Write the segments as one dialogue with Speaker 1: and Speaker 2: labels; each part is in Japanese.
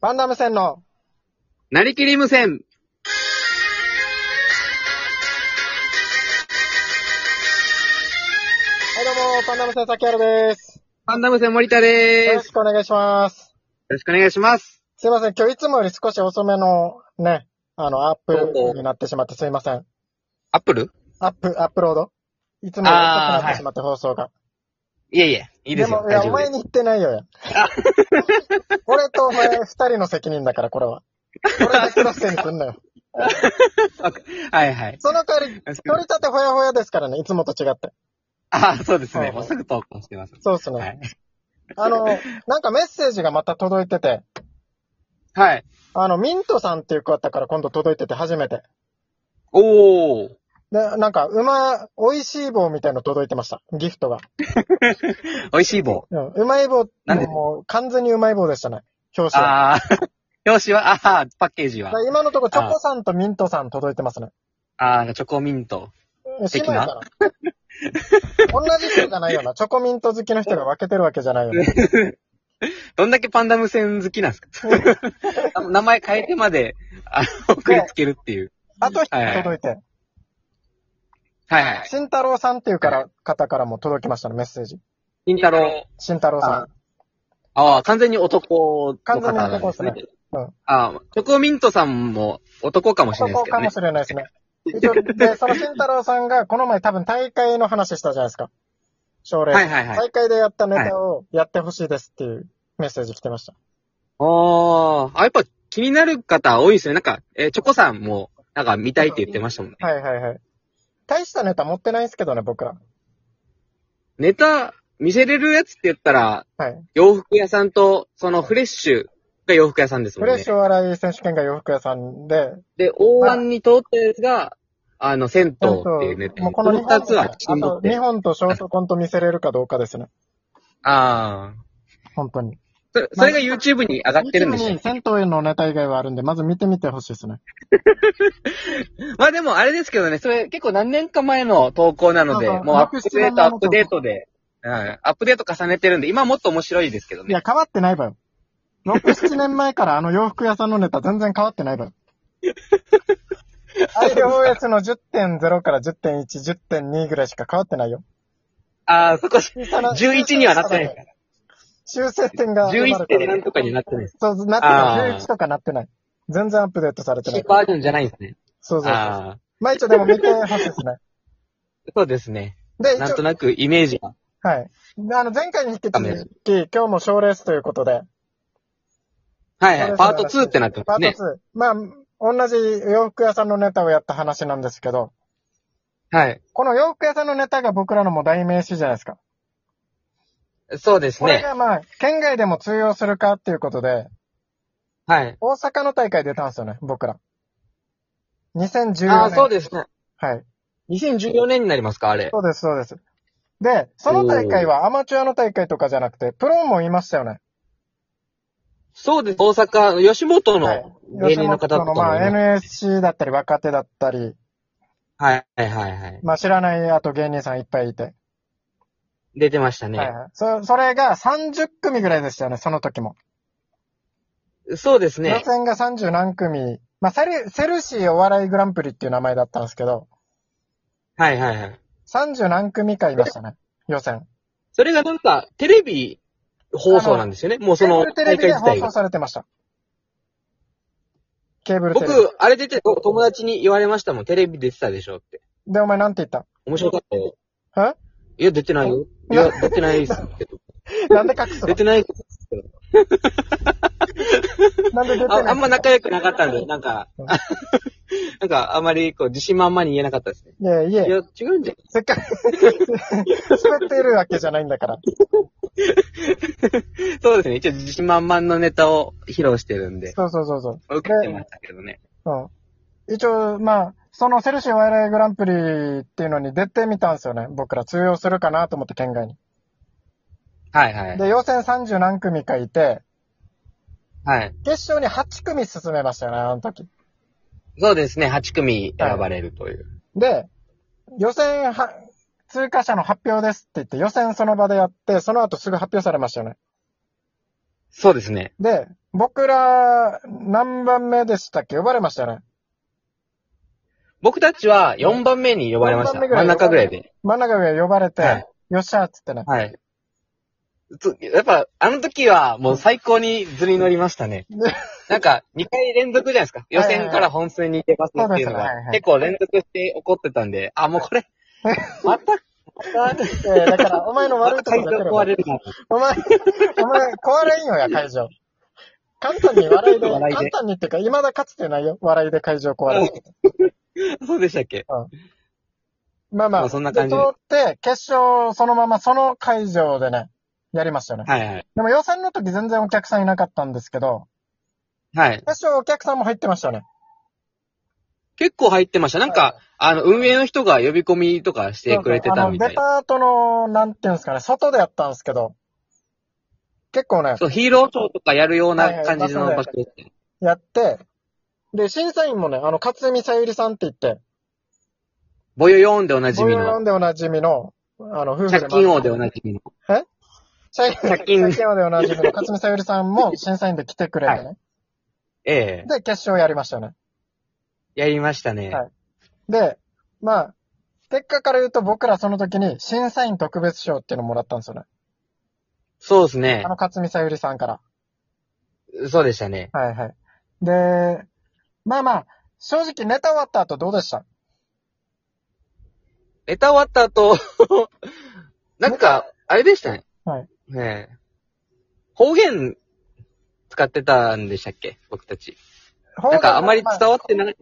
Speaker 1: バンダム線の、
Speaker 2: なりきり無線
Speaker 1: はいどうも、パンダム線崎原です。
Speaker 2: パンダ無線森田
Speaker 1: よ
Speaker 2: で
Speaker 1: ろ
Speaker 2: す。
Speaker 1: しくお願いします。
Speaker 2: よろしくお願いします。
Speaker 1: すいません、今日いつもより少し遅めのね、あの、アップになってしまってすいません。
Speaker 2: アップル
Speaker 1: アップ、アップロードいつもより遅くなってしまって放送が。
Speaker 2: いえいえ、いいですよ。
Speaker 1: も、いや、お
Speaker 2: 大丈夫で
Speaker 1: 前
Speaker 2: す。
Speaker 1: に言ってないよや。 俺とお前二人の責任だから、これは。俺だけのせいにすんなよ。
Speaker 2: はいはい。
Speaker 1: その代わり、取り立てほやほやですからね、いつもと違って。
Speaker 2: あそうです
Speaker 1: はい
Speaker 2: ね。
Speaker 1: はい
Speaker 2: もうすぐ投稿してます。
Speaker 1: そうですね。
Speaker 2: はい。
Speaker 1: あの、なんかメッセージがまた届いてて、
Speaker 2: はい。
Speaker 1: あの、ミントさんっていう子だったから今度届いてて初めて。
Speaker 2: おー。
Speaker 1: で、なんか、うま、美味しい棒みたいの届いてました。ギフトが。
Speaker 2: 美味しい棒。
Speaker 1: うん。うまい棒
Speaker 2: なんで
Speaker 1: もう完全にうまい棒でしたね。表紙は。
Speaker 2: あー。 表紙は、あー、パッケージは
Speaker 1: だか。ら今のところチョコさんとミントさん届いてますね。
Speaker 2: あー、チョコミント。
Speaker 1: 姉妹かな同じ人じゃないよな。チョコミント好きの人が分けてるわけじゃないよ な。
Speaker 2: どんだけパンダ無線好きなんですかあ の名前変えてまで、あの、送りつけるっていう。
Speaker 1: あと一
Speaker 2: はいは
Speaker 1: 人
Speaker 2: い
Speaker 1: 届いて。
Speaker 2: はいはい。
Speaker 1: 慎太郎さんっていうから方からも届きましたね、メッセージ。
Speaker 2: 金太郎。
Speaker 1: 慎太郎さん。
Speaker 2: ああ、完全に男の方
Speaker 1: 完全に
Speaker 2: なん
Speaker 1: 男
Speaker 2: で
Speaker 1: です
Speaker 2: す
Speaker 1: ね
Speaker 2: ね。
Speaker 1: うん
Speaker 2: ああ、チョコミントさんも男かもしれないです
Speaker 1: 男
Speaker 2: けど
Speaker 1: か
Speaker 2: ね
Speaker 1: も。しれないですね。一応、で、その慎太郎さんが、この前多分大会の話したじゃないですか。奨励。
Speaker 2: はいはいはい。
Speaker 1: 大会でやったネタをやってほしいですっていうメッセージ来てました。
Speaker 2: ああ、やっぱ気になる方多いですね。なんか、えーチョコさんも、なんか見たいって言ってましたもんね。
Speaker 1: はいはいはい。大したネタ持ってないんですけどね、僕ら。
Speaker 2: ネタ、見せれるやつって言ったら、
Speaker 1: はい。
Speaker 2: 洋服屋さんと、そのフレッシュが洋服屋さんです
Speaker 1: フ
Speaker 2: もん
Speaker 1: レ
Speaker 2: ね。
Speaker 1: ッシュお笑い選手権が洋服屋さんで、
Speaker 2: で、大湾に通ったやつが、あの、銭湯っていうネタ。
Speaker 1: もうこ
Speaker 2: こ
Speaker 1: の
Speaker 2: の
Speaker 1: 2本
Speaker 2: 二つ
Speaker 1: と、あ
Speaker 2: はきちんと
Speaker 1: と
Speaker 2: って。
Speaker 1: 2
Speaker 2: あ
Speaker 1: 本とショートコント見せれるかどうかですね。
Speaker 2: あー。
Speaker 1: 本当に。
Speaker 2: それ、それが YouTube に上がってるんで
Speaker 1: 一
Speaker 2: す
Speaker 1: 部
Speaker 2: ね
Speaker 1: に。銭湯へのネタ以外はあるんで、まず見てみてほしいですね。
Speaker 2: まあでも、あれですけどね、それ結構何年か前の投稿なので、
Speaker 1: そうそう
Speaker 2: もうアップデート、アップデート
Speaker 1: 67
Speaker 2: で、うん、アップデート重ねてるんで、今もっと面白いですけど
Speaker 1: い
Speaker 2: ね。
Speaker 1: や、変わってないばよ。6、7年前からあの洋服屋さんのネタ全然変わってないばよ。iOS の10.0から10.1、10.2ぐらいしか変わって ないよ。
Speaker 2: ああ、そこし、
Speaker 1: 小さな
Speaker 2: 11にはなってないです
Speaker 1: 修正点が
Speaker 2: か
Speaker 1: ある
Speaker 2: 11
Speaker 1: か
Speaker 2: 点なん
Speaker 1: ら。
Speaker 2: とかになってないです。
Speaker 1: そう、なってない。
Speaker 2: あー
Speaker 1: 11とかなってない。全然アップデートされてな
Speaker 2: 新
Speaker 1: い。
Speaker 2: バージョンじゃないんですね。
Speaker 1: そうそうそう。
Speaker 2: ああ、
Speaker 1: まあ一応でも見てほしいですね。
Speaker 2: そうですね。
Speaker 1: で、一
Speaker 2: なんと
Speaker 1: 応、
Speaker 2: なくイメージが。
Speaker 1: はい。あの、前回に引き続き、今日も賞レースということで、
Speaker 2: はいはい、パート2ってなってま
Speaker 1: パー
Speaker 2: すね
Speaker 1: ト。2。まあ、同じ洋服屋さんのネタをやった話なんですけど、
Speaker 2: はい。
Speaker 1: この洋服屋さんのネタが僕らのもう代名詞じゃないですか。
Speaker 2: そうです
Speaker 1: これ
Speaker 2: ね。
Speaker 1: がまあ、県外でも通用するかっていうことで、
Speaker 2: はい。
Speaker 1: 大阪の大会出たんですよね、僕ら。2014年。
Speaker 2: ああ、そうですね。
Speaker 1: はい。
Speaker 2: 2014年になりますか、あれ。
Speaker 1: そうです、そうです。で、その大会はアマチュアの大会とかじゃなくて、プロもいましたよね。
Speaker 2: そうです。大阪、吉本
Speaker 1: はい
Speaker 2: の芸人の方
Speaker 1: 吉
Speaker 2: とか
Speaker 1: 本の
Speaker 2: も。
Speaker 1: まあ、
Speaker 2: はい
Speaker 1: NSC だったり、若手だったり、
Speaker 2: はいはいはい。
Speaker 1: まあ、知らないあと芸人さんいっぱいいて。
Speaker 2: 出てました
Speaker 1: はい
Speaker 2: ね。
Speaker 1: はい。そ、それが30組ぐらいでしたよね、その時も。
Speaker 2: そうです
Speaker 1: 予
Speaker 2: ね。
Speaker 1: 選が30何組。まあ、セル、セルシーお笑いグランプリっていう名前だったんですけど、
Speaker 2: はいはいはい。
Speaker 1: 30何組かいましたね。予選。
Speaker 2: それがなんか、テレビ放送なんですよね。もうそ
Speaker 1: ケー
Speaker 2: の
Speaker 1: ブルテレ
Speaker 2: 大
Speaker 1: ビ
Speaker 2: 会
Speaker 1: で
Speaker 2: 自
Speaker 1: 放
Speaker 2: 体
Speaker 1: 送
Speaker 2: が。
Speaker 1: されてました。ケーブルテレビ。
Speaker 2: 僕、あれ出て、友達に言われましたもん。テレビ出てたでしょって。
Speaker 1: で、お前なんて言った
Speaker 2: 面白かったよ。
Speaker 1: え
Speaker 2: いや、出てないよ。いや、出てないですって。
Speaker 1: なんで隠すの
Speaker 2: 出てないですけど
Speaker 1: なんで出てない
Speaker 2: あ。あんま仲良くなかったんで、な んか、
Speaker 1: うん
Speaker 2: なんか、あまり、こう、自信満々に言えなかったですね。
Speaker 1: いやい
Speaker 2: い
Speaker 1: や、
Speaker 2: や、違うんじゃ
Speaker 1: せっ かく 滑ってるわけじゃないんだから。
Speaker 2: ん。そうですね。一応、自信満々のネタを披露してるんで、
Speaker 1: そうそうそうそ
Speaker 2: 受けてましたけどね。
Speaker 1: う。うん。一応、まあ、そのセルシーお笑いグランプリっていうのに出てみたんですよね。僕ら通用するかなと思って県外に。
Speaker 2: はいはい。
Speaker 1: で、予選30何組かいて、
Speaker 2: はい。
Speaker 1: 決勝に8組進めましたよね、あの時。
Speaker 2: そうですね。8組選ばれるという。
Speaker 1: で、予選は、通過者の発表ですって言って、予選その場でやって、その後すぐ発表されましたよね。
Speaker 2: そうですね。
Speaker 1: で、僕ら、何番目でしたっけ呼ばれましたよね。
Speaker 2: 僕たちは4番目に呼ばれまし
Speaker 1: 四
Speaker 2: た。
Speaker 1: 番目ぐら
Speaker 2: 真
Speaker 1: い
Speaker 2: ん中ぐらいで。
Speaker 1: 真ん中が呼ばれて、
Speaker 2: はい
Speaker 1: よっしゃーっつってね。
Speaker 2: はい。つやっぱ、あの時はもう最高に図に乗りましたね
Speaker 1: ね。
Speaker 2: なんか、2回連続じゃないですか。予選から本戦に行けますっていうの
Speaker 1: はいはいは
Speaker 2: が、
Speaker 1: い
Speaker 2: 結構連続して怒ってたんで、あ、もうこ れ、また、ま
Speaker 1: え
Speaker 2: た、
Speaker 1: ーだから、お前の
Speaker 2: ま
Speaker 1: 悪
Speaker 2: た
Speaker 1: いとこ
Speaker 2: 会
Speaker 1: ろだけど
Speaker 2: 場壊れるもん。
Speaker 1: お前、 お前、壊れんよや、会場。簡単に笑いで、
Speaker 2: 笑いで
Speaker 1: 簡単にっていうか、未だかつてないよ。笑いで会場壊れる。
Speaker 2: そうでしたっけ
Speaker 1: まあま
Speaker 2: ま
Speaker 1: あ、
Speaker 2: あそんな感じ
Speaker 1: で通って、決勝、そのまま、その会場でね、やりましたよね。
Speaker 2: はいはい。
Speaker 1: でも予選の時全然お客さんいなかったんですけど、
Speaker 2: はい。
Speaker 1: 決勝お客さんも入ってましたね。
Speaker 2: 結構入ってました。なん
Speaker 1: はい
Speaker 2: か、あの、運営の人が呼び込みとかしてくれてたみたい
Speaker 1: そうそう
Speaker 2: な。
Speaker 1: あの、デパートの、なんていうんですかね、外でやったんですけど、結構ね、
Speaker 2: そう、ヒーローショーとかやるよう
Speaker 1: はいは
Speaker 2: ない感じの
Speaker 1: まあ
Speaker 2: 場所ですね。
Speaker 1: やって、で、審査員もね、あの、勝見さゆりさんって言って、
Speaker 2: ボヨヨーンでおなじみ
Speaker 1: ボヨヨ
Speaker 2: の
Speaker 1: ン。でおなじみの、あの、夫婦で
Speaker 2: 借金王でおなじみの。
Speaker 1: 借金
Speaker 2: 借金
Speaker 1: 借金王でおなじみの勝見さゆりさんも審査員で来てくれてね。
Speaker 2: ええ
Speaker 1: で、決勝やりましたよね。
Speaker 2: やりましたね。
Speaker 1: はいで、まあ、結果から言うと僕らその時に審査員特別賞っていうのもらったんですよね。
Speaker 2: そうですね
Speaker 1: あ。の、勝見さゆりさんから。
Speaker 2: そうでしたね。
Speaker 1: はいはい。で、まあまあ、正直ネタ終わった後どうでした
Speaker 2: ネタ終わった後、なんか、あれでしたね。
Speaker 1: はい。
Speaker 2: ねえ。方言使ってたんでしたっけ僕たち。なんかあまり伝わってない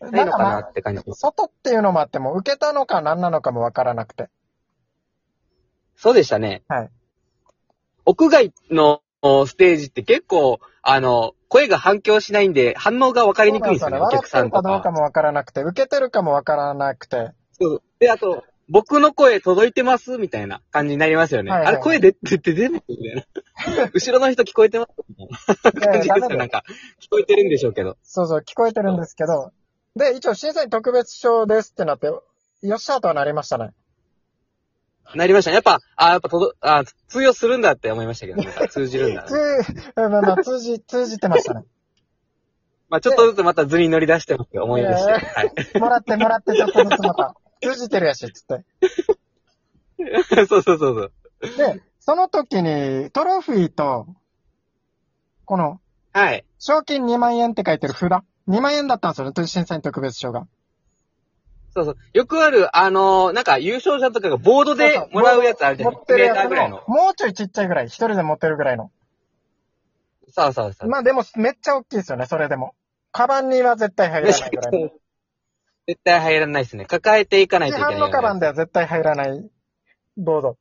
Speaker 2: ないのかなって感じです。
Speaker 1: 外っていうのもあっても、受けたのか何なのかもわからなくて。
Speaker 2: そうでしたね。
Speaker 1: はい。
Speaker 2: 屋外のステージって結構、あの、声が反響しないんで、反応が分かりにくいんですよね、お
Speaker 1: 笑
Speaker 2: 客
Speaker 1: って
Speaker 2: さ
Speaker 1: る
Speaker 2: ん
Speaker 1: か
Speaker 2: と
Speaker 1: どうか
Speaker 2: か。
Speaker 1: もわからなくて、受けてるかもわからなくて。
Speaker 2: そう。で、あと、僕の声届いてますみたいな感じになりますよね。
Speaker 1: はいはいはい
Speaker 2: あれ声出て、出てますみたいな。後ろの人聞こえてますみたい
Speaker 1: で
Speaker 2: な感じです
Speaker 1: ダメ
Speaker 2: よ。
Speaker 1: で
Speaker 2: なんか、聞こえてるんでしょうけど。
Speaker 1: そうそう、聞こえてるんですけど。で、一応審査員特別賞ですってなって、よっしゃーとはなりましたね。
Speaker 2: なりましたね。やっぱ、あやっぱ届、あ通用するんだって思いましたけど、なんか通じるん だ
Speaker 1: 通
Speaker 2: ね。、
Speaker 1: まあ まあ、通じ、通じてましたね。
Speaker 2: まあちょっとずつまた図に乗り出してますけど、思い出して。
Speaker 1: え
Speaker 2: はい。
Speaker 1: もらってもらって、ちょっとずつまた。通じてるやし、つって。
Speaker 2: そうそうそうそう。
Speaker 1: で、その時に、トロフィーと、この、
Speaker 2: はい。
Speaker 1: 賞金2万円って書いてる札。2万円だったんですよね、と審査員特別賞が。
Speaker 2: そうそう。よくある、あのーなんか優勝者とかがボードでもらうやつあるじゃ
Speaker 1: 持
Speaker 2: ん。
Speaker 1: ってるや
Speaker 2: 1 m
Speaker 1: つ
Speaker 2: ぐらい
Speaker 1: の
Speaker 2: の。、
Speaker 1: もうちょいちっちゃいぐらい、一人で持ってるぐらいの。
Speaker 2: そうそうそう。
Speaker 1: まあでも、めっちゃ大きいですよね、それでも。カバンには絶対入らないぐらいの。
Speaker 2: 絶対入らないですね。抱えていかない
Speaker 1: 市
Speaker 2: といけな
Speaker 1: 販
Speaker 2: いよ
Speaker 1: の
Speaker 2: ね。
Speaker 1: カバンでは絶対入らないボード。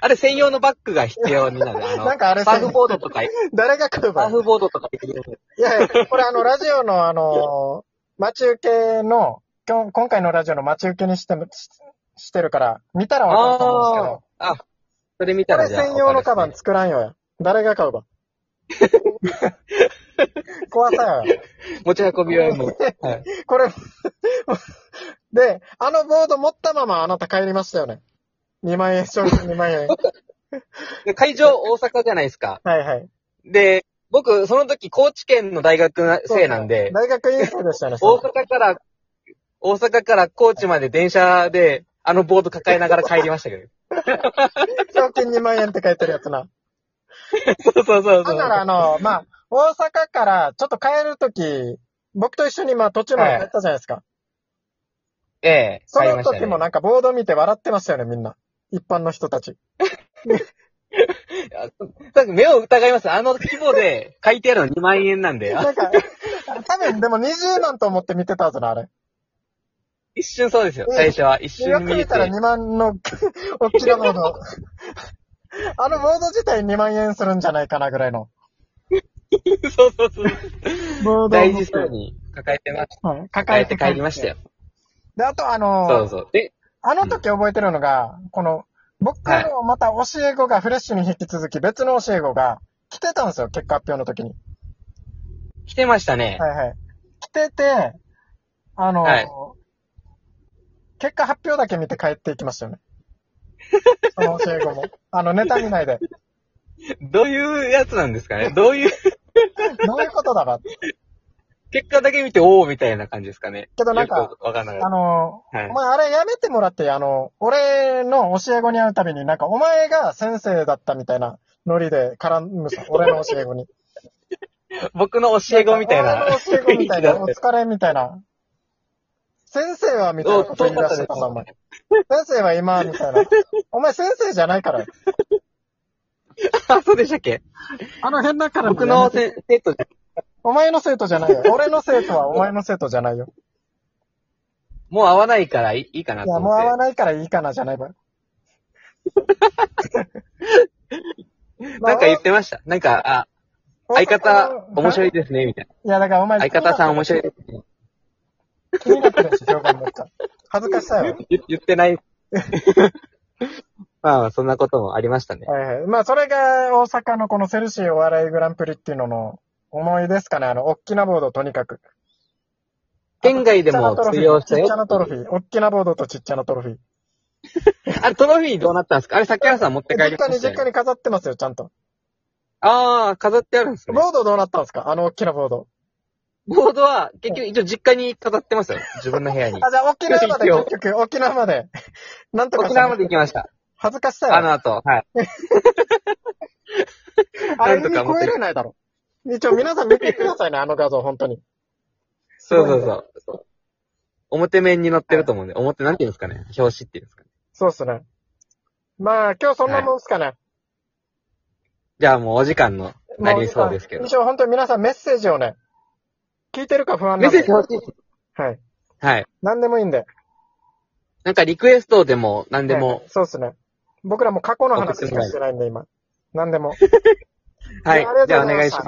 Speaker 2: あれ専用のバッグが必要になる。あ の、
Speaker 1: なんかあれ
Speaker 2: サーフボードとか、
Speaker 1: 誰が来る
Speaker 2: サー
Speaker 1: ば
Speaker 2: フボードとか。
Speaker 1: いやいや、これあの、ラジオのあの ー待ち受けの、今日今回のラジオの待ち受けにしても、ししてるから、見たらわかると思うんですけ
Speaker 2: あ
Speaker 1: ど、
Speaker 2: あー。あ、それ見た
Speaker 1: こ
Speaker 2: ら
Speaker 1: れ
Speaker 2: じゃあ
Speaker 1: 専用のカバ
Speaker 2: わか
Speaker 1: ン
Speaker 2: るっすね
Speaker 1: 作らんよや。誰が買うば 怖さよや。
Speaker 2: 持ち運び用 に。はい
Speaker 1: これ、 で、あのボード持ったままあなた帰りましたよね。2万円、賞金2万 円。
Speaker 2: で会場大阪じゃないですか。
Speaker 1: はいはい。
Speaker 2: で、僕、その時、高知県の大学生なんで、
Speaker 1: 大学院生でしたね。
Speaker 2: 大阪から、大阪から高知まで電車で、あのボード抱えながら帰りましたけ
Speaker 1: 賞金2万円って書いてるやつな。
Speaker 2: ど。 そうそうそうそ
Speaker 1: だか
Speaker 2: う。
Speaker 1: らあの、まあ、大阪からちょっと帰るとき、僕と一緒にまあ途中まで帰ったじゃないですか。
Speaker 2: ええ
Speaker 1: そ
Speaker 2: 帰り
Speaker 1: の
Speaker 2: ました、
Speaker 1: 時
Speaker 2: ね
Speaker 1: も。なんかボード見て笑ってましたよね、みんな。一般の人たち。
Speaker 2: なんか目を疑います。あの規模 で書いてあるの2万円なんで、あ
Speaker 1: なん か、多分でも20万と思って見てたはずな、あれ。
Speaker 2: 一瞬そうですよ、最初は。一
Speaker 1: よく
Speaker 2: 瞬見え
Speaker 1: 見
Speaker 2: て
Speaker 1: た。ら2万の大きなボー ド。あのボード自体2万円するんじゃないかなぐらいの。
Speaker 2: そうそうそう。
Speaker 1: ボードを持って
Speaker 2: 大事そうに抱えてました。
Speaker 1: はい
Speaker 2: 抱
Speaker 1: 抱
Speaker 2: えて帰りましたよ。。
Speaker 1: で、あとあ
Speaker 2: そ
Speaker 1: の
Speaker 2: う、そう。で、
Speaker 1: あの時覚えてるのが、この、僕のまた教え子がフレッシュに引き続き別の教え子が来てたんですよ、結果発表の時に。
Speaker 2: 来てましたね。
Speaker 1: はいはい。来てて、あの、
Speaker 2: はい
Speaker 1: 結果発表だけ見て帰っていきましたよね。そ の教え子も。あの、ネタ見ないで。
Speaker 2: どういうやつなんですかねどういう
Speaker 1: どういうことだかって。
Speaker 2: 結果だけ見て、おーみたいな感じですかね。
Speaker 1: けどなんか
Speaker 2: よくわかんな
Speaker 1: あ
Speaker 2: かっ
Speaker 1: の、
Speaker 2: た。はい
Speaker 1: お。前あれやめてもらって、あの、俺の教え子に会うたびに、なんかお前が先生だったみたいなノリで絡むさ、俺の教え子に。
Speaker 2: 僕の教え子みたい
Speaker 1: お前
Speaker 2: な
Speaker 1: の。教え子みたい
Speaker 2: 雰囲気だ
Speaker 1: な、
Speaker 2: っ
Speaker 1: お
Speaker 2: た
Speaker 1: 疲れみたいな。先生はみたいなこと言い出してたんだ、お前。先生は今、みたいな。お前先生じゃないから。
Speaker 2: あ、 そうでしたっけ
Speaker 1: あの辺だから
Speaker 2: 僕のせ生徒じゃ、
Speaker 1: お前の生徒じゃないよ。俺の生徒はお前の生徒じゃないよ。
Speaker 2: もう会わないからいいいいかないと
Speaker 1: や、
Speaker 2: 思
Speaker 1: もう
Speaker 2: って。
Speaker 1: 会わないからいいかな、じゃないわ。
Speaker 2: なんか言ってました。なんか、あ、相方面白
Speaker 1: い。
Speaker 2: いですね、みたいな。
Speaker 1: いや、だからお前、
Speaker 2: 相方さん面白いですね。
Speaker 1: 気になってるでしょ、評判ばっか。恥ずかしさよ。
Speaker 2: 言言ってない。 まあ、そんなこともありましたね。
Speaker 1: はいはい。まあ、それが大阪のこのセルシーお笑いグランプリっていうのの思いですかね。あの、おっきなボードとにかく。
Speaker 2: 県外で
Speaker 1: ちっちゃな
Speaker 2: も
Speaker 1: トロフ
Speaker 2: 通
Speaker 1: ィー
Speaker 2: 用した
Speaker 1: ちっ
Speaker 2: よ
Speaker 1: ちゃ。なトロフィー。おっきなボードとちっちゃなトロフィー。
Speaker 2: あ、トロフィーどうなったんですかあれ、酒原さん持って帰り
Speaker 1: 実
Speaker 2: ま
Speaker 1: 家に、
Speaker 2: した
Speaker 1: 実
Speaker 2: よ
Speaker 1: 家
Speaker 2: ね、
Speaker 1: に飾ってますよ、ちゃんと。
Speaker 2: ああ、飾ってあるんですね。
Speaker 1: ボードどうなったんですかあの、おっきなボード。
Speaker 2: ボードは、結局、一応実家に飾ってますよ。自分の部屋に。
Speaker 1: あ、じゃあ、沖縄まで、
Speaker 2: 一応
Speaker 1: 結局、沖縄まで。なんとか
Speaker 2: 沖縄まで行
Speaker 1: き
Speaker 2: きました。
Speaker 1: 恥ずかしさよ。
Speaker 2: あの後、はい。
Speaker 1: あれ
Speaker 2: なんと
Speaker 1: 海
Speaker 2: か
Speaker 1: 越
Speaker 2: 持って
Speaker 1: えれないだろ。一応皆さん見てくださいね、あの画像、本当に。
Speaker 2: そうそうそう。表面に載ってると思うんで、表、なんていうんですかね。表紙っていうんですかね。
Speaker 1: そうっすね。まあ、今日そんなもんっすかね。
Speaker 2: じゃあもうお時間の、な
Speaker 1: も
Speaker 2: りそうですけど
Speaker 1: 一。応本当に皆さんメッセージをね、聞いてるか不安
Speaker 2: メ
Speaker 1: なん
Speaker 2: ッ
Speaker 1: で。
Speaker 2: セージ欲しいです。
Speaker 1: はい。
Speaker 2: はい。
Speaker 1: 何でもいいんで。
Speaker 2: なんかリクエストでも何で
Speaker 1: は
Speaker 2: も
Speaker 1: い、そうっすね。僕らも過去の話しかしてないんで、今。何でも。
Speaker 2: はい
Speaker 1: ありがとうございました
Speaker 2: じゃあお願いします。